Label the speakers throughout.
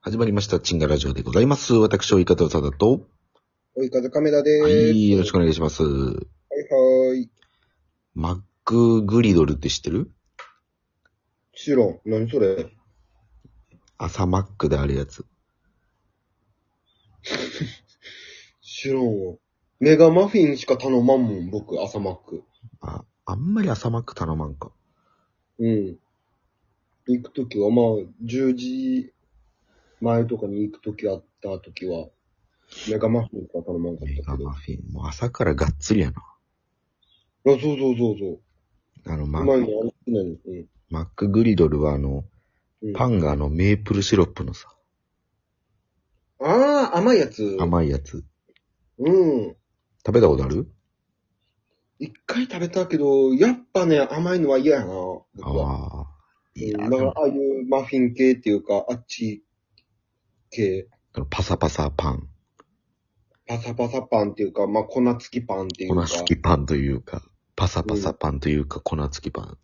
Speaker 1: 始まりました、チンガラジオでございます。私、追い方ただと、
Speaker 2: 追い風亀田でーす。
Speaker 1: はい、よろしくお願いします。
Speaker 2: はいはーい。
Speaker 1: マックグリドルって知ってる
Speaker 2: 知らん。何それ。
Speaker 1: 朝マックであるやつ。
Speaker 2: 知らんわ。メガマフィンしか頼まんもん、僕、朝マック。
Speaker 1: あ、あんまり朝マック頼まんか。
Speaker 2: うん。行くときは、まあ、10時前とかに行くときあったときは、メガマフィンしか頼まんかっ
Speaker 1: メ
Speaker 2: た
Speaker 1: ガ
Speaker 2: けど。
Speaker 1: マ
Speaker 2: あ、
Speaker 1: フィン。もう朝からがっつりやな。
Speaker 2: そうそうそうそう。
Speaker 1: あの、
Speaker 2: う
Speaker 1: マ
Speaker 2: まいのあるなに。うん。
Speaker 1: マックグリドルはあの、
Speaker 2: うん、
Speaker 1: パンがあの、メープルシロップのさ、
Speaker 2: ああ、甘いやつ。
Speaker 1: 甘いやつ。
Speaker 2: うん。
Speaker 1: 食べたことある
Speaker 2: 一回食べたけど、やっぱね、甘いのは嫌やな。僕
Speaker 1: あ
Speaker 2: は。
Speaker 1: あ。いや、
Speaker 2: だ
Speaker 1: で
Speaker 2: から、
Speaker 1: も
Speaker 2: ああいうマフィン系っていうか、あっち系、
Speaker 1: あのパサパサパン。
Speaker 2: パサパサパンっていうか、まあ、粉付きパンっていう
Speaker 1: 粉
Speaker 2: か。
Speaker 1: 付きパンというか、パサパサパンというか、粉付きパン。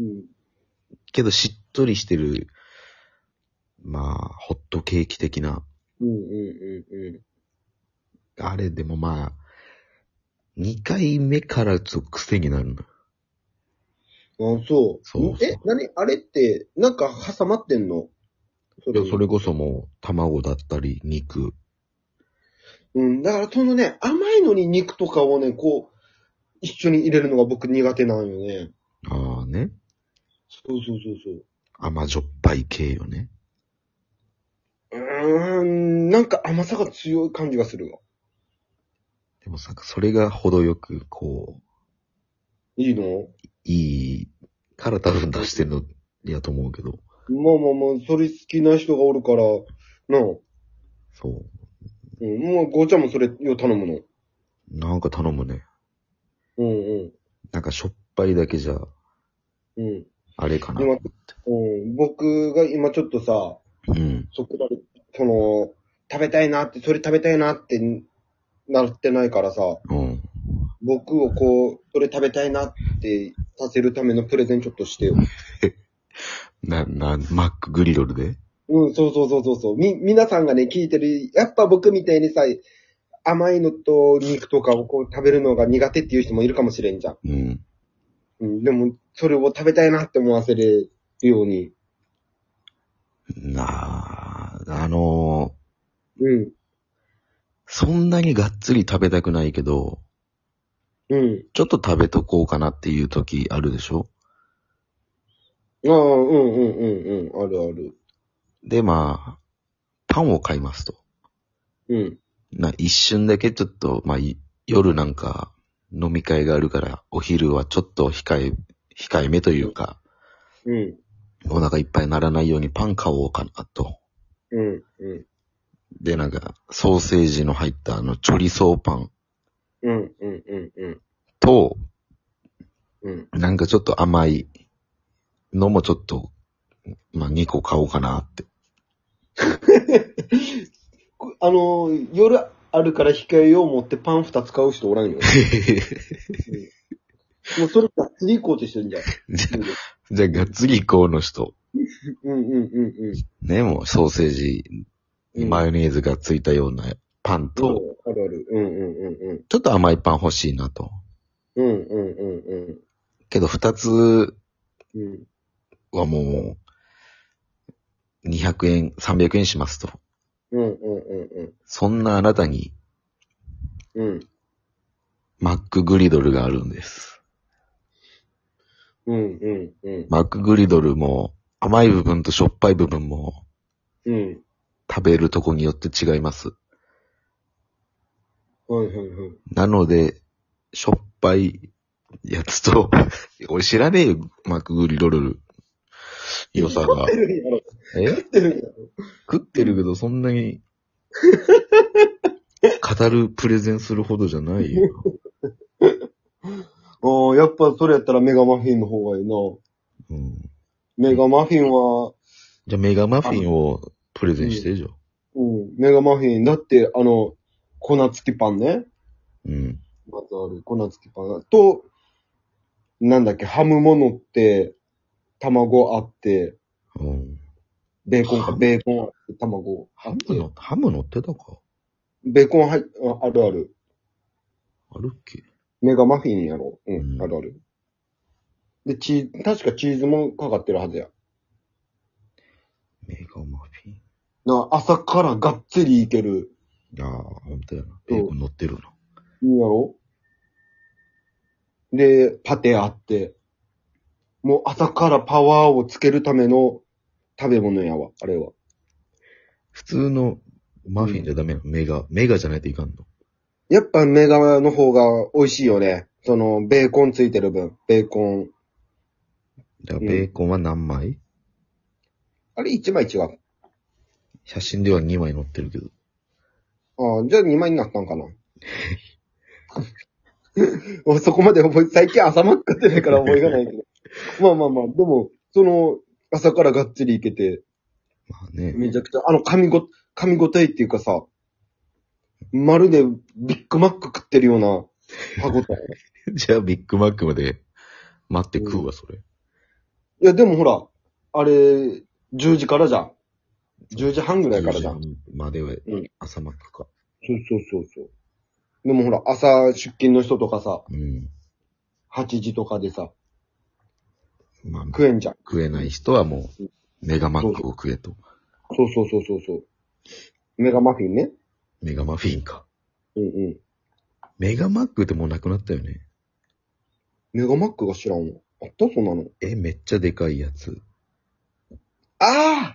Speaker 2: うん。
Speaker 1: けどしっとりしてる、まあ、ホットケーキ的な、
Speaker 2: うんうんうんう
Speaker 1: あれでもまあ、2回目からちょっと癖になるの。
Speaker 2: ん。あ、そ
Speaker 1: そう
Speaker 2: う。
Speaker 1: そう
Speaker 2: え、なにあれって、なんか挟まってんのそ
Speaker 1: いや、それこそもう、卵だったり、肉。
Speaker 2: うん。だから、そのね、甘いのに肉とかをね、こう、一緒に入れるのが僕苦手なんよね。
Speaker 1: ああね。
Speaker 2: そうそうそうそう。
Speaker 1: 甘じょっぱい系よね。
Speaker 2: うーん、なんか甘さが強い感じがするわ。
Speaker 1: でもさ、それが程よく、こ
Speaker 2: いいの
Speaker 1: う、いいから多分出してるの、やと思うけど。
Speaker 2: まあまあまあ、それ好きな人がおるから、なあ。
Speaker 1: そう。
Speaker 2: うん、もう、ゴーちゃんもそれを頼むの。
Speaker 1: なんか頼むね。
Speaker 2: うんう
Speaker 1: なんかしょっぱいだけじゃ、
Speaker 2: ん。うん。
Speaker 1: あれかな。
Speaker 2: でもうん、僕が今ちょっとさ、
Speaker 1: うん。
Speaker 2: そこまで、その、食べたいなって、それ食べたいなって、なってないからさ、
Speaker 1: うん。
Speaker 2: 僕をこう、それ食べたいなってさせるためのプレゼンちょっとしてよ。
Speaker 1: な、な、マックグリドルで
Speaker 2: うん、そうそうそうそうそう。み、皆さんがね、聞いてる、やっぱ僕みたいにさ、甘いのと肉とかをこう食べるのが苦手っていう人もいるかもしれんじゃん。
Speaker 1: うん。
Speaker 2: うん、でも、それを食べたいなって思わせれるように。
Speaker 1: なあ、あの
Speaker 2: うん、
Speaker 1: そんなにがっつり食べたくないけど、
Speaker 2: うん。
Speaker 1: ちょっと食べとこうかなっていう時あるでしょ
Speaker 2: ああ、うんうんうんうん。あるある。
Speaker 1: で、まあ、パンを買いますと。
Speaker 2: うん。
Speaker 1: な一瞬だけちょっと、まあ、い夜なんか飲み会があるから、お昼はちょっと控え、控えめというか、
Speaker 2: うん。
Speaker 1: お腹いっぱいにならないようにパン買おうかなと。
Speaker 2: うん。うん。
Speaker 1: で、なんか、ソーセージの入ったあの、チョリソーパン
Speaker 2: うん。うん。うん。うん。
Speaker 1: と、
Speaker 2: うん。
Speaker 1: なんかちょっと甘いのもちょっと、まあ、2個買おうかなって。
Speaker 2: こあのー、夜あるから控えよう思ってパン二つ買う人おらんよ。もうそれが次行こうとしてるんじゃん。
Speaker 1: じゃ、じゃあがっつり行こうの人。
Speaker 2: うんうんうん
Speaker 1: ね、もうソーセージ
Speaker 2: う
Speaker 1: に
Speaker 2: ん。
Speaker 1: マヨネーズがついたようなパン
Speaker 2: そ
Speaker 1: と、
Speaker 2: う。あるある。うんうん
Speaker 1: ちょっと甘いパン欲しいなと。
Speaker 2: うんうん。うんうんうんうん。
Speaker 1: けど2つ
Speaker 2: うん。
Speaker 1: はもう、200円、300円しますと。
Speaker 2: うんうんうん
Speaker 1: そんなあなたに、
Speaker 2: うん。うん。
Speaker 1: マックグリドルがあるんです。
Speaker 2: うんうんうん。
Speaker 1: マックグリドルも、甘い部分としょっぱい部分も、
Speaker 2: うん。
Speaker 1: 食べるとこによって違います。
Speaker 2: はいはいはい。
Speaker 1: なので、しょっぱいやつと、 俺知らねえよ、マックグリドル。良さが
Speaker 2: 食っ。てるんやろ。
Speaker 1: え
Speaker 2: 食ってるんやろ。
Speaker 1: 食ってるけど、そんな に、語る、プレゼンするほどじゃないよ。
Speaker 2: ああ、やっぱそれやったらメガマフィンの方がいいな。
Speaker 1: うん、
Speaker 2: メガマフィンは、
Speaker 1: じゃあ、メガマフィンをプレゼンしてじゃん。
Speaker 2: うん、メガマフィン。だって、あの、粉付きパンね。
Speaker 1: うん。
Speaker 2: まずある粉付きパンと、なんだっけ、ハムものって、卵あって、
Speaker 1: うん。
Speaker 2: ベーコンか、ベーコン、卵。
Speaker 1: ハムの、ハム乗ってたか
Speaker 2: ベーコン入っ、ああるある。
Speaker 1: あるっけ
Speaker 2: メガマフィンやろ。うん、
Speaker 1: うん
Speaker 2: あるある。で、チー、確かチーズもかかってるはずや。
Speaker 1: メガマフィン。
Speaker 2: な朝からがっつりいける。
Speaker 1: ああ、ほんとやな。ベーコン乗ってるな。
Speaker 2: いいやろで、パテあって。もう朝からパワーをつけるための食べ物やわ、あれは。
Speaker 1: 普通のマフィンじゃダメなの、メガ、メガじゃないといかんの。
Speaker 2: やっぱメガの方が美味しいよね。その、ベーコンついてる分、ベーコン。
Speaker 1: だから
Speaker 2: うん
Speaker 1: ベーコンは何枚、
Speaker 2: あれ1枚違う。
Speaker 1: 写真では2枚乗ってるけど。
Speaker 2: ああ、じゃあ2枚になったんかな。 俺そこまで覚え、最近朝マックってないから覚えがないけど。まあまあまあ、でも、その、朝からがっつりいけて、
Speaker 1: まあね。
Speaker 2: めちゃくちゃ、あの、噛みご、噛みごたえっていうかさ、まるでビッグマック食ってるような歯ご たえ。
Speaker 1: じゃあビッグマックまで待って食うわ、それ。
Speaker 2: いや、でもほら、あれ、10時からじゃん。10時半ぐらいからじゃん。
Speaker 1: 10時までは
Speaker 2: うん
Speaker 1: 朝マックか。
Speaker 2: そうそうそうそう。でもほら、朝出勤の人とかさ、
Speaker 1: うん。
Speaker 2: 8時とかでさ、
Speaker 1: まあ、
Speaker 2: 食えんじゃん。
Speaker 1: 食えない人はもう、メガマックを食えと。
Speaker 2: そうそうそうそうそう。メガマフィンね。
Speaker 1: メガマフィンか。
Speaker 2: うんうん。
Speaker 1: メガマックってもうなくなったよね。
Speaker 2: メガマックが知らんわ。あったそんなの。
Speaker 1: え、めっちゃでかいやつ。
Speaker 2: ああ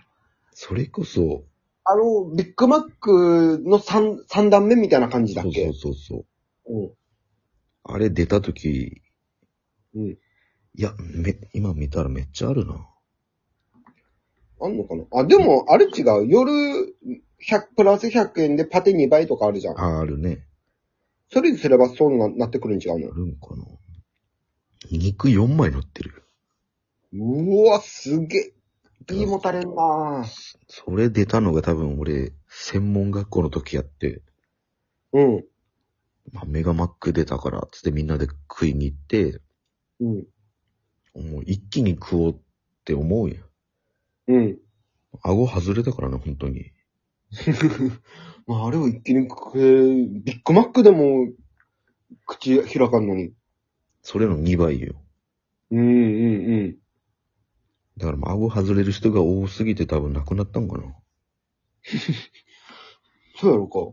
Speaker 1: それこそ、
Speaker 2: あの、ビッグマックの三、三段目みたいな感じだっ
Speaker 1: そうそ
Speaker 2: け
Speaker 1: うそうそう。
Speaker 2: う
Speaker 1: あれ出た時、
Speaker 2: うん
Speaker 1: いや、め、今見たらめっちゃあるな。
Speaker 2: ん。あんのかなあ、でも、あれ違う。夜、100、プラス100円でパテ2倍とかあるじゃん。
Speaker 1: あ、あるね。
Speaker 2: それにすればそうななってくるん違う
Speaker 1: あ
Speaker 2: の
Speaker 1: るんかな。肉4枚乗ってる。
Speaker 2: うわ、すげえ。ピーもたれんなぁ
Speaker 1: それ出たのが多分俺、専門学校の時やって、
Speaker 2: うん。
Speaker 1: まあ、メガマック出たから、つってみんなで食いに行って、
Speaker 2: うん。
Speaker 1: もう一気に食おうって思うやん。
Speaker 2: うん。
Speaker 1: 顎外れたからね、本当に。
Speaker 2: まあ、あれを一気に食え、ビッグマックでも、口開かんのに。
Speaker 1: それの2倍よ。
Speaker 2: うんうんうん。
Speaker 1: だからもう顎外れる人が多すぎて多分なくなったんかな。
Speaker 2: そうや ろか。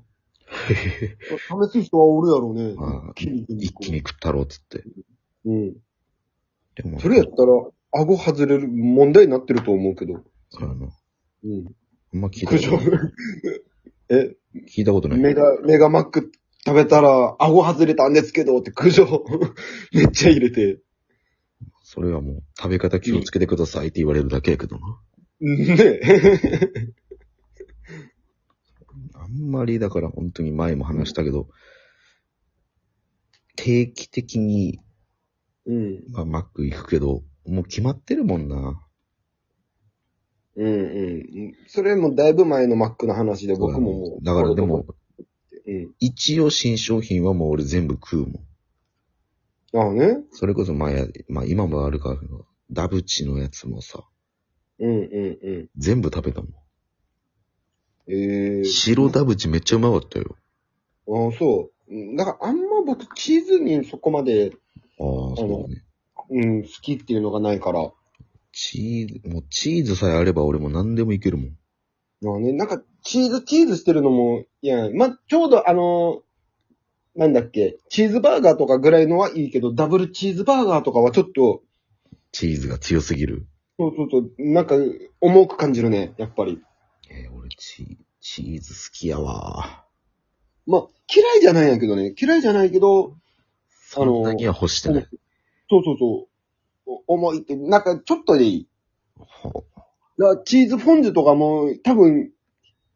Speaker 2: 試す人はおるやろうね。
Speaker 1: まあ、
Speaker 2: 気に
Speaker 1: 一気に食ったろうっつって。
Speaker 2: うん。
Speaker 1: でも、
Speaker 2: それやったら、顎外れる問題になってると思うけど。
Speaker 1: そうやな。
Speaker 2: うん。
Speaker 1: あんま聞いた
Speaker 2: 苦情
Speaker 1: こと。
Speaker 2: え、
Speaker 1: 聞いたことない。
Speaker 2: メガ、メガマック食べたら、顎外れたんですけどって苦情 めっちゃ入れて。
Speaker 1: それはもう、食べ方気をつけてくださいって言われるだけやけどな。
Speaker 2: ねえ。
Speaker 1: あんまり、だから本当に前も話したけど、定期的に、
Speaker 2: うん。
Speaker 1: まあ、マック行くけど、もう決まってるもんな。
Speaker 2: うんうん。それもだいぶ前のマックの話で僕ももう。
Speaker 1: だからでも、、
Speaker 2: うん。
Speaker 1: 一応新商品はもう俺全部食うもん。
Speaker 2: ああね。
Speaker 1: それこそ前や、まあ今もあるから、ダブチのやつもさ、
Speaker 2: うんうんうん。
Speaker 1: 全部食べたもん。
Speaker 2: ええ
Speaker 1: 白ダブチめっちゃうまかったよ。
Speaker 2: ああ、そううん。だからあんま僕チーズにそこまで、
Speaker 1: ああ、そうだね。
Speaker 2: うん、好きっていうのがないから。
Speaker 1: チーズ、もうチーズさえあれば俺も何でもいけるもん。
Speaker 2: まあね、なんかチーズチーズしてるのも、いや、まあ、ちょうどあのーなんだっけ、チーズバーガーとかぐらいのはいいけど、ダブルチーズバーガーとかはちょっと、
Speaker 1: チーズが強すぎる。
Speaker 2: そうそうそう、なんか重く感じるね、やっぱり。
Speaker 1: えー俺チ、チーズ好きやわ。
Speaker 2: まあ、嫌いじゃないんやけどね、嫌いじゃないけど、
Speaker 1: そんなには欲してない。
Speaker 2: そうそうそう、お重いって、なんかちょっとでいい。
Speaker 1: ほ
Speaker 2: だからチーズフォンデュとかも多分、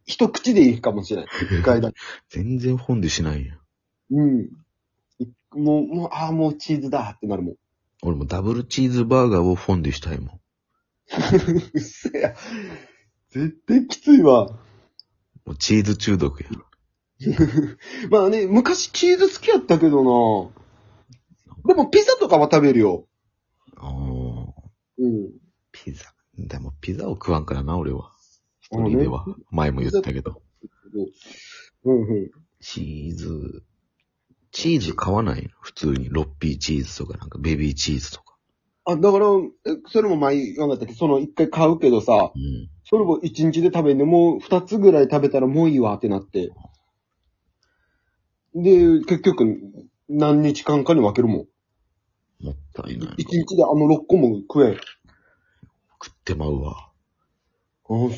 Speaker 2: 一口でいいかもしれない。一回だけ。
Speaker 1: 全然本でしないやん。
Speaker 2: うん。いもう、もう、ああ、もうチーズだってなるもん。
Speaker 1: 俺もダブルチーズバーガーをフォンデュしたいもん。
Speaker 2: うっせえや。絶対きついわ。
Speaker 1: もうチーズ中毒や。
Speaker 2: まあね、昔チーズ好きやったけどな。でもピザとかは食べるよ。
Speaker 1: ああ、
Speaker 2: うん。
Speaker 1: ピザ。でもピザを食わんからな、俺は。一人では。前も言ったけど。
Speaker 2: うんうん。
Speaker 1: チーズ、チーズ買わないの普通に。ロッピーチーズとか、なんかベビーチーズとか。
Speaker 2: あ、だから、えそれも前言わなかったっけど、その一回買うけどさ、
Speaker 1: うん。
Speaker 2: それも一日で食べんで、もう二つぐらい食べたらもういいわってなって。で、結局、何日間かに分けるもん。
Speaker 1: もったいないな。
Speaker 2: 一日であの6個も食えん。あ
Speaker 1: 食ってまうわ。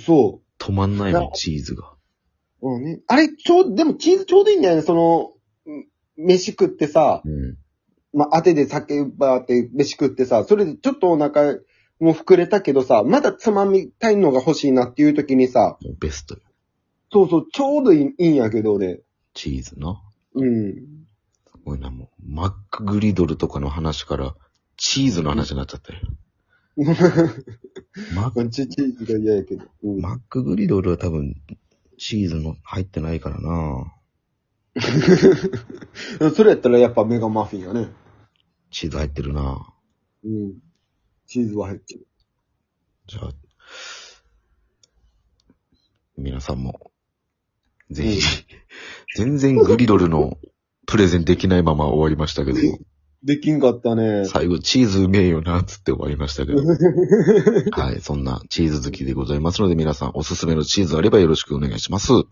Speaker 2: そ
Speaker 1: 止まんないもん、チーズが。
Speaker 2: う。うんね。あれ、ちょう、でもチーズちょうどいいんじゃないのその、うん飯食ってさ、
Speaker 1: うん。
Speaker 2: まあ、当てで酒ばーって飯食ってさ、それでちょっとお腹も膨れたけどさ、まだつまみたいのが欲しいなっていう時にさ、
Speaker 1: もうベストよ。
Speaker 2: そうそう、ちょうどいいいいんやけど俺。
Speaker 1: チーズな。
Speaker 2: うん。
Speaker 1: すごいな、もう。マックグリドルとかの話から、チーズの話になっちゃったよ。マック、
Speaker 2: チチーズが嫌やけど。うん
Speaker 1: マックグリドルは多分、チーズの入ってないからな。
Speaker 2: それやったらやっぱメガマフィンやね。
Speaker 1: チーズ入ってるな。
Speaker 2: うん。チーズは入ってる。
Speaker 1: じゃあ、皆さんも、ぜひ、全然グリドルのプレゼンできないまま終わりましたけど、
Speaker 2: できんかったね。
Speaker 1: 最後チーズうめえよな、つって終わりましたけど。はい、そんなチーズ好きでございますので、皆さんおすすめのチーズあればよろしくお願いします。
Speaker 2: は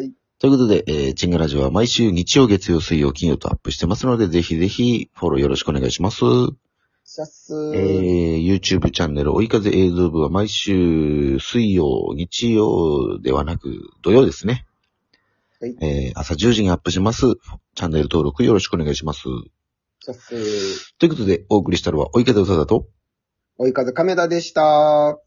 Speaker 2: ーい。
Speaker 1: ということで、えー、チンガラジオは毎週日曜、月曜、水曜、金曜とアップしてますので、ぜひぜひフォローよろしくお願いします。
Speaker 2: シャス
Speaker 1: えー、YouTube チャンネル、追い風映像部は毎週水曜、日曜ではなく土曜ですね。
Speaker 2: はい
Speaker 1: えー、朝10時にアップします。チャンネル登録よろしくお願いします。
Speaker 2: シャス
Speaker 1: ということで、お送りしたのは追い風歌だと、
Speaker 2: 追い風亀田でした。